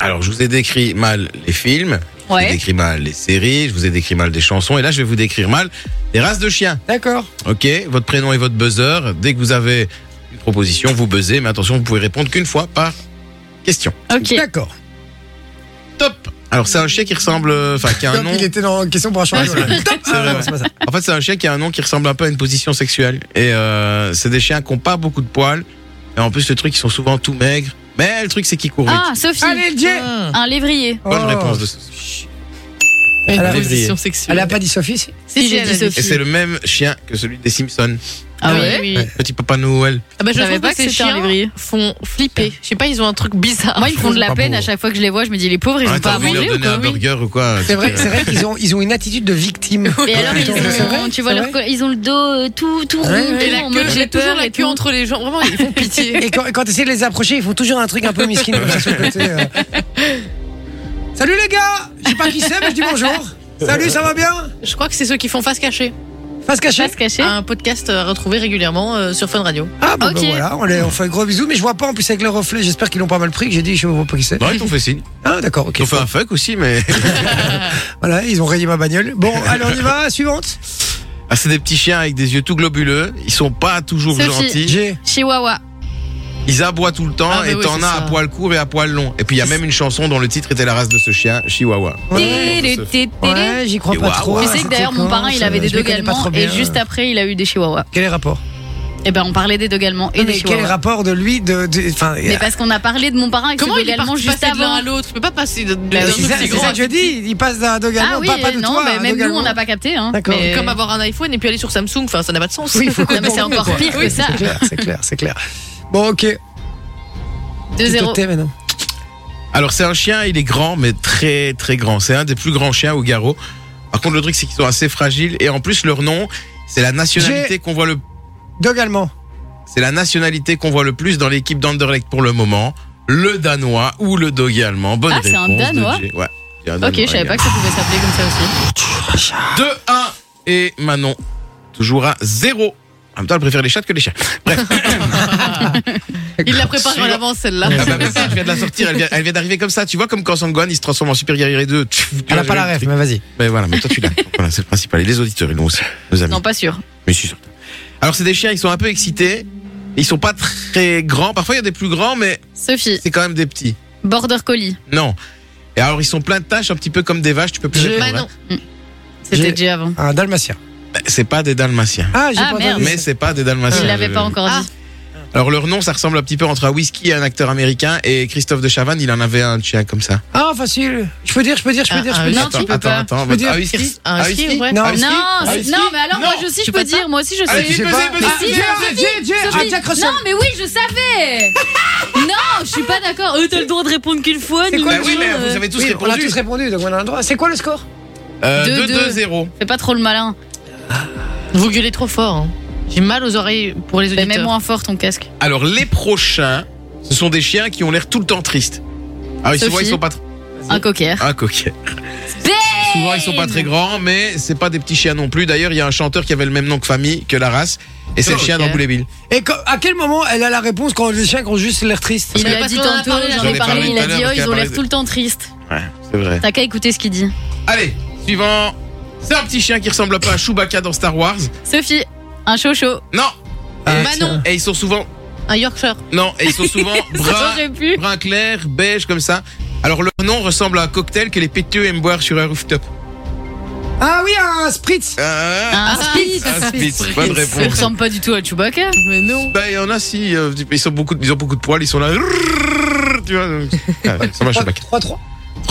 Alors, je vous ai décrit mal les films, je vous ai Ouais. décrit mal les séries, je vous ai décrit mal des chansons, et là, je vais vous décrire mal des races de chiens. D'accord. Ok, votre prénom et votre buzzer. Dès que vous avez une proposition, vous buzzez, mais attention, vous pouvez répondre qu'une fois par question. Ok. D'accord. Top Alors, c'est un chien qui ressemble. euh, Enfin, qui a un Top, nom. Il était dans question pour un chien. Top. C'est vrai. Ah, non, c'est pas ça. En fait, c'est un chien qui a un nom qui ressemble un peu à une position sexuelle. Et euh, c'est des chiens qui n'ont pas beaucoup de poils. Et en plus, le truc, ils sont souvent tout maigres. Mais le truc, c'est qu'ils courent vite. Ah, Sophie. Allez, Jay. Un lévrier. Bonne Oh. réponse de Elle a- Elle est- position Elle sexuelle. a pas dit Sophie si Si, j'ai dit Et c'est Sophie. le même chien que celui des Simpsons. Ah ouais oui. Petit papa Noël. Ah Je bah, je savais trouve pas que que ces c'était un chiens lévrier. font flipper. Je sais pas, ils ont un truc bizarre. Moi, ils me font de la pas peine beau. à chaque fois que je les vois. Je me dis, les pauvres, ils Ah, ont t'as pas à envie de manger leur ou donner quoi un burger ou quoi C'est vrai, c'est vrai qu'ils ont, ils ont une attitude de victime. Et alors, ils C'est vrai, ont, tu vois, c'est leur vrai. co- ils ont le dos euh, tout, tout rond, Ouais, tout ouais. Et rond, la en queue, mode, j'ai j'ai toujours peur la et queue tout. entre les jambes. Vraiment, ils font pitié. Et quand, quand tu essaies de les approcher, ils font toujours un truc un peu miskin comme ça sur le côté. euh. Salut les gars Je sais pas qui c'est, mais je dis bonjour. Salut, ça va bien Je crois que c'est ceux qui font face cachée. Face cachée Pas se cacher. Un podcast à retrouver régulièrement euh, sur Fun Radio. Ah bah, bah, Ok. voilà, on, les, on fait un gros bisou, mais je vois pas en plus avec le reflet, j'espère qu'ils l'ont pas mal pris, que j'ai dit je vois pas qui c'est. Bah, ils t'ont fait signe. Ah d'accord, ok. Ils t'ont fait un fuck aussi, mais. Voilà, ils ont rayé ma bagnole. Bon, allez on y va, suivante. Ah, c'est des petits chiens avec des yeux tout globuleux. Ils sont pas toujours Sophie. gentils. J'ai. Chihuahua. Ils aboient tout le temps Ah, bah et oui, t'en c'est as à ça. poil court et à poil long. Et puis il y a même une chanson dont le titre était la race de ce chien, Chihuahua. Ouais, Télé, Sophie. télé, télé. ouais, j'y crois Et pas waouh. trop. Tu Tu Ah, sais que c'était d'ailleurs, mon quand, parrain, il ça avait des Je les dogs connais pas allemands trop et bien. juste après, il a eu des chihuahuas. Quel est le rapport Et ben, on parlait des dogs allemands et Non, des mais Quel est le chihuahuas. rapport de lui de. de- Enfin, Mais parce qu'on a parlé de mon parrain avec Comment ce il dog est allemand parti juste passer de l'un à avant. Bah l'autre Je peux pas passer de- d'un oui, truc C'est ça, si c'est grand ça à que je dis, il passe d'un dog Ah allemand, oui, pas, pas de non, toi, à mais un même dog nous, on allemand. n'a pas capté. Hein. D'accord. Mais- Comme avoir un iPhone et puis aller sur Samsung, enfin, ça n'a pas de sens. Oui, il faut qu'on Non, mais c'est comprenne, encore quoi. pire que Oui, ça. C'est clair, c'est clair, c'est clair. Bon, ok. Tu te 2-0. tais maintenant. Alors c'est un chien, il est grand mais très très grand. C'est un des plus grands chiens au garrot. Par contre le truc c'est qu'ils sont assez fragiles et en plus leur nom, c'est la nationalité qu'on voit le Dog allemand. c'est la nationalité qu'on voit le plus dans l'équipe d'Anderlecht pour le moment, le danois ou le doggy allemand. Bonne Ah, réponse. c'est un de Danois Jay. Ouais. c'est un Ok, Danois, je savais les pas que ça pouvait s'appeler comme ça aussi. gars. 2-1 et Manon toujours à 0. En même temps, elle préfère les chats que les chiens. Bref, Ah. Il l'a préparé en Suivant. avance, celle-là. ah bah, mais ça, je viens de la sortir, elle vient, elle vient d'arriver comme ça. Tu vois, comme quand Sangwan, il se transforme en Super Guerrier 2. Tu Elle vois, a pas la le ref, truc. mais vas-y. Mais voilà, mais toi tu l'as. Voilà, c'est le principal. Et les auditeurs, ils l'ont aussi, nos amis. Non, pas sûr. Mais je suis certain. Alors, c'est des chiens, ils sont un peu excités. Ils sont pas très grands. Parfois, il y a des plus grands, mais Sophie, c'est quand même des petits. border collie. Non. Et alors, ils sont pleins de taches, un petit peu comme des vaches. Tu peux plus Je- Bah répondre, Manon. hein. C'était J'ai- déjà avant. Un dalmatien. C'est pas des dalmatiens. Ah, j'ai Ah, pas merde. entendu. Mais c'est pas des dalmatiens. Euh, Je l'avais pas encore Ah. dit. Alors, leur nom, ça ressemble un petit peu entre un whisky et un acteur américain. Et Christophe de Chavannes, il en avait un chien comme ça. Ah, facile. Je peux dire, je peux dire, je peux Ah, dire, je ah, peux oui. dire. Non, tu peux attends, pas. attends. peux dire un whisky un whisky, ouais. Non. un whisky Non, Un c'est- whisky non, mais alors moi Ah, Non, je aussi tu je peux peux pas dire, moi aussi je Allez, sais. dis-le, dis-le, dis-le. Ah, si, Jay, Sophie, Jay, Jay, Sophie, ah, Jack Russell. non mais oui je savais. non, je suis pas d'accord. Eux t'as le droit de répondre qu'une fois. C'est nous, quoi Bah nous, oui, mais euh, vous avez tous Oui, on a répondu. tous répondu, donc on a le droit. C'est quoi le score Euh, Deux, deux. 2-2-0. Fais pas trop le malin. Vous gueulez trop fort. hein. J'ai mal aux oreilles pour les Mais auditeurs. mets moins fort ton casque. Alors les prochains, ce sont des chiens qui ont l'air tout le temps tristes. Ah oui, souvent Sophie. ils sont pas tr- Un cocker. ah coquet. Ben Souvent ils sont pas très grands, mais c'est pas des petits chiens non plus. D'ailleurs, il y a un chanteur qui avait le même nom que famille, que la race, et c'est le Oh, chien ok. d'Amboulébile. Et quand- à quel moment elle a la réponse quand les chiens qui ont juste l'air triste Il Parce a que dit parce qu'on en a tantôt, parlé, j'en j'en ai ai parlé, parlé il tout a à l'heure, dit oh parce ils ont qu'elle l'air parlait- tout le temps tristes. Ouais, c'est vrai. T'as qu'à écouter ce qu'il dit. Allez, suivant. C'est un petit chien qui ressemble un peu à Chewbacca dans Star Wars. Sophie, un chocho. Non. Ah, Euh, Manon. Et ils sont souvent Un Yorkshire. non, et ils sont souvent bruns, J'aurais pu. brun clair, beige comme ça. Alors leur nom ressemble à un cocktail que les péteux aiment boire sur un rooftop. Ah oui, un spritz Euh, Un Ah, spitz. un Spitz, bonne Il réponse. ressemble pas du tout à Chewbacca. Mais non. Bah, il y en a, si. euh, ils, sont beaucoup, ils ont beaucoup de poils, ils sont là. Tu vois, donc, ah, ouais, ça marche pas. 3-3. Trois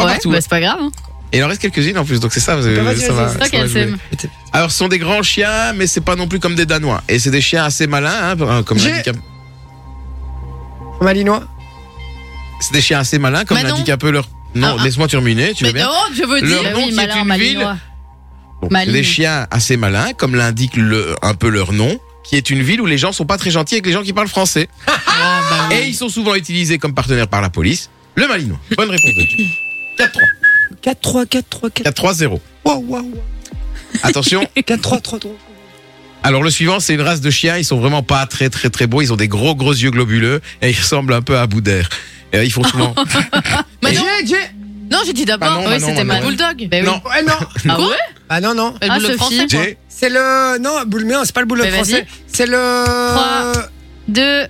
ouais, partout, bah hein. c'est pas grave. hein. Et il en reste quelques-unes en plus, donc c'est ça. vous- Bah, vas-y, ça va- vas-y, ça C'est va toi qu'elle jouer. s'aime. Alors, ce sont des grands chiens, mais c'est pas non plus comme des Danois. Et c'est des chiens assez malins, hein, comme J'ai- l'indique un- Malinois. C'est des chiens assez malins, comme Manon l'indique un peu leur. Non, Ah, ah. laisse-moi terminer, tu veux Mais bien. non, Oh, je veux Leur dire. Bah nom qui est une malinois. Bon, c'est Malines. des chiens assez malins, comme l'indique le- un peu leur nom, qui est une ville où les gens sont pas très gentils avec les gens qui parlent français. Ah, bah oui. Et ils sont souvent utilisés comme partenaires par la police. Le Malinois. Bonne réponse de Jay. 4-3. 4-3, 4-3, 4 4-3-0. Waouh, waouh, Attention. 4-3, 3-3. Alors le suivant, c'est une race de chiens. Ils sont vraiment pas très très très beaux. Ils ont des gros gros yeux globuleux et ils ressemblent un peu à Boudère. Et, euh, ils font souvent. Manon. Jay, j'ai dit d'abord. Ah non, bah oui, non, c'était bah ma non. bulldog. Non, Ouais, non. Ah ouais Ah non, non. Elle Ah, bulldog Sophie. français, quoi. j'ai. C'est le. Non, boule- non, c'est pas le boulot Mais vas-y. français. C'est le. Trois. 2,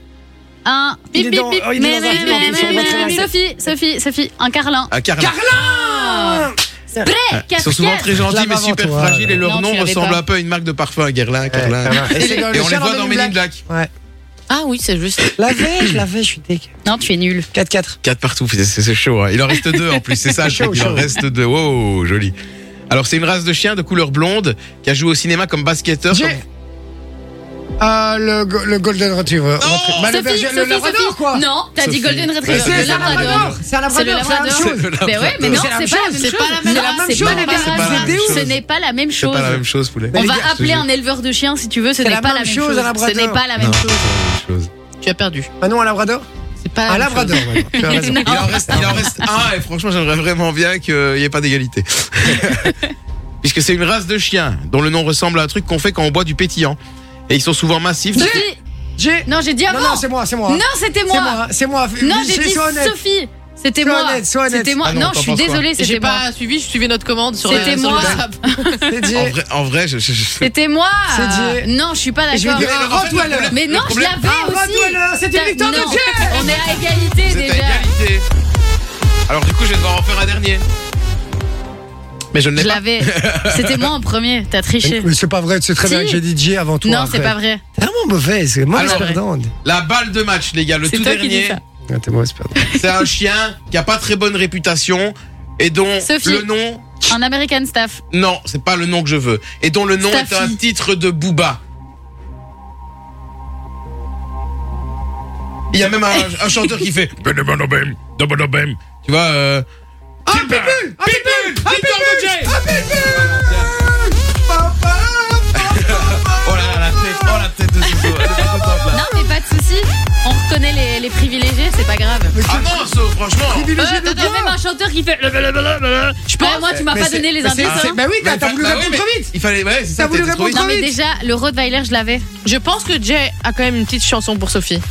1. Il Bip, est bip, dans- bip. oh, il est Mais, dans un mais, film, mais, en plus, mais, sur le mais, Maître mais, Ringue. Sophie, Sophie, Sophie, un carlin. Ah, Carla. Carlin Prêt, Ils sont souvent très Je gentils, l'avais mais avant super toi, fragiles et leur Non, tu nom l'avais ressemble pas. un peu à une marque de parfum, Guerlain, Carlin. Et c'est dans Et le on les chien voit dans Men in Black. Black. Ouais. Ah oui, c'est juste. L'avais, je l'avais, je suis dégueu. Non, tu es nul. 4-4. 4 partout, c'est- c'est c'est chaud. hein. Il en reste deux en plus, c'est ça. le Chaud, truc, Il en chaud. reste deux. Wow, joli. Alors c'est une race de chien de couleur blonde qui a joué au cinéma comme basketteur. J'ai. comme- Ah, le, go- le Golden Retriever. Retriever. Bah, le, Sophie, berger- le Sophie, Labrador, Sophie. quoi Non, t'as Sophie. dit Golden Ouais, Retriever. c'est- C'est Le c'est un Labrador. Labrador C'est un C'est le Labrador, c'est la même Labrador. chose Le Mais ouais, mais Labrador. non, c'est C'est la même pas la chose, même c'est chose. pas la même Non, chose. C'est pas C'est pas la la même même chose. chose. C'est Ce n'est pas la même C'est chose. pas la même chose, poulet. On va Je te appeler jure. un éleveur de chiens si tu veux, ce C'est n'est la pas même la même chose, chose. un Ce labrador. n'est pas la Non, même c'est chose. la même chose. Tu as perdu. Ah non, un Labrador C'est Ah, pas la Un même Labrador, ouais. Tu as raison. Il en reste, il en reste un, et franchement, j'aimerais vraiment bien qu'il n'y ait pas d'égalité. Puisque c'est une race de chiens dont le nom ressemble à un truc qu'on fait quand on boit du pétillant. Et ils sont souvent massifs. Sophie. J'ai. Non, j'ai dit Non, avant. non, c'est moi, c'est moi. hein. Non, c'était C'est moi. moi, c'est moi. Non, Sois j'ai dit honnête. Sophie. C'était Sois moi. honnête, sois honnête. C'était moi. Ah non, Non, t'en je suis penses quoi désolée, J'ai c'était moi. pas suivi, je suivais notre commande sur C'était euh, sur moi. le WhatsApp. C'est dit. En vrai, en vrai je, je- je- C'était moi. C'est dit. Non, je suis pas Et je vais d'accord. dire Mais en un fait, le Rockwell. problème- Mais non, je problème- l'avais Ah, aussi. Rockwell, c'est une T'as- victoire de non, Dieu On est à Vous égalité êtes à déjà. égalité. Alors du coup, je vais devoir en faire un dernier. Mais je ne l'ai Je pas. l'avais. C'était moi en premier. T'as triché. Mais c'est pas vrai, tu sais très Si. bien que j'ai dit J avant toi. Non, c'est pas vrai. T'es vraiment mauvaise, mauvaise Alors, perdante. La balle de match, les gars, le C'est tout toi qui dis dernier. ça. Ah, T'es mauvaise perdante. C'est un chien qui a pas très bonne réputation et dont Sophie. le nom Un American Staff. non, c'est pas le nom que je veux et dont le nom Staffy. est un titre de Booba. Il y a même un, un chanteur qui fait Benobem, Benobem. Tu vois euh, Ah, Timber, Pitbull Ah, Pitbull Ah, Peter Pitbull Lodge. Ah, Oh là là, la tête, oh la tête de Zozo. Elle est pas contente, là. Non, mais pas de souci. On reconnaît les, les privilégiés, c'est pas grave. Ah non, Zozo, franchement. Euh, Privilégié de T'as même un chanteur qui fait. Je pense. Moi, tu m'as Mais pas c'est- donné les mais indices. c'est- c'est- hein. Bah oui, t'as t'as Bah, voulu bah répondre oui, trop mais vite Il fallait, ouais, c'est T'as ça. voulu t'étais trop répondre vite. Non, mais vite. déjà, le Rottweiler, je l'avais. Je pense que Jay a quand même une petite chanson pour Sophie.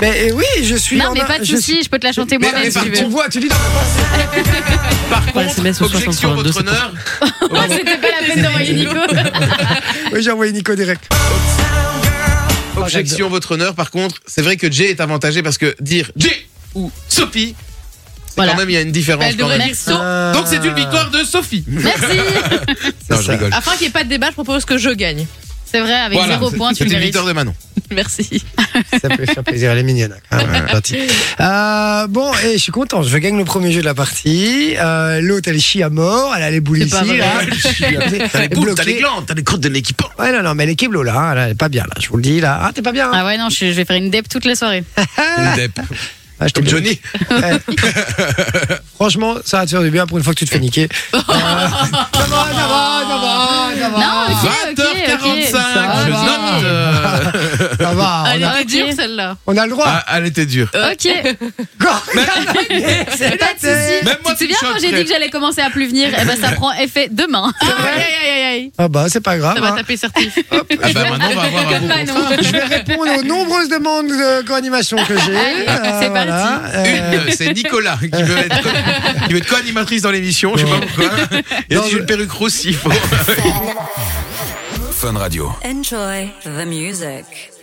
Mais euh, oui, je suis. Non, en mais un- pas de je suis- souci. Je peux te la chanter Mais- moi-même mais si tu par Tu veux. vois, tu dis dans Par contre, SMS au objection, 63, votre 200. honneur. C'était pas la peine d'envoyer Nico. Oui, j'ai envoyé Nico direct. Objection, votre honneur. Par contre, c'est vrai que Jay est avantagé parce que dire Jay ou Sophie, c'est Voilà. quand même, il y a une différence Elle quand devrait même. dire Ah. Donc, c'est une victoire de Sophie. Merci. Non, je ça. rigole. Afin qu'il n'y ait pas de débat, je propose que je gagne. C'est vrai, avec Voilà, zéro c'est- point, tu c'est le une mérites. victoire de Manon. Merci. Ça peut faire plaisir, elle est mignonne. hein, quand même, gentil. Euh, bon, et je suis content, je gagne le premier jeu de la partie. Euh, L'autre, elle chie à mort, elle a les boules C'est ici. pas vrai. là. Elle chie, Elle est T'as les boules, t'as les bloquée. glandes, t'as les crottes de l'équipement. Ouais, non, non, mais elle est kéblo, là, hein, là, elle est pas bien, là, je vous le dis, là. Ah, t'es pas bien, hein Ah ouais, non, je, je vais faire une dep toute la soirée. Une dep, Ah, je t'ai Comme Johnny. bien. Ouais. Franchement, ça va te faire du bien pour une fois que tu te fais niquer. Euh, ça va, ça va, ça va, ça va. Non, Ah, ok, ok, ok. 20h45, Ça je va. note. euh, Ça va, Elle on a, Ok. était dure celle-là. on a le droit. Ah, elle était dure. Ok, C'est pas de soucis. Même moi, tu tu te souviens me quand j'ai choques, dit que j'allais commencer à plus venir Eh ben, ça prend effet demain. Aïe, aïe, aïe, aïe. Ah bah, c'est pas grave. Ça va hein. taper certif. Ah bah maintenant, on va avoir un Comme beau Manon. contrat. Je vais répondre aux nombreuses demandes de co-animation que j'ai. Allez, c'est parti. euh, Une, c'est Nicolas qui veut être, qui veut être co-animatrice dans l'émission, je sais pas pourquoi. Il a dit j'ai une perruque rousse, il faut. Enjoy the music.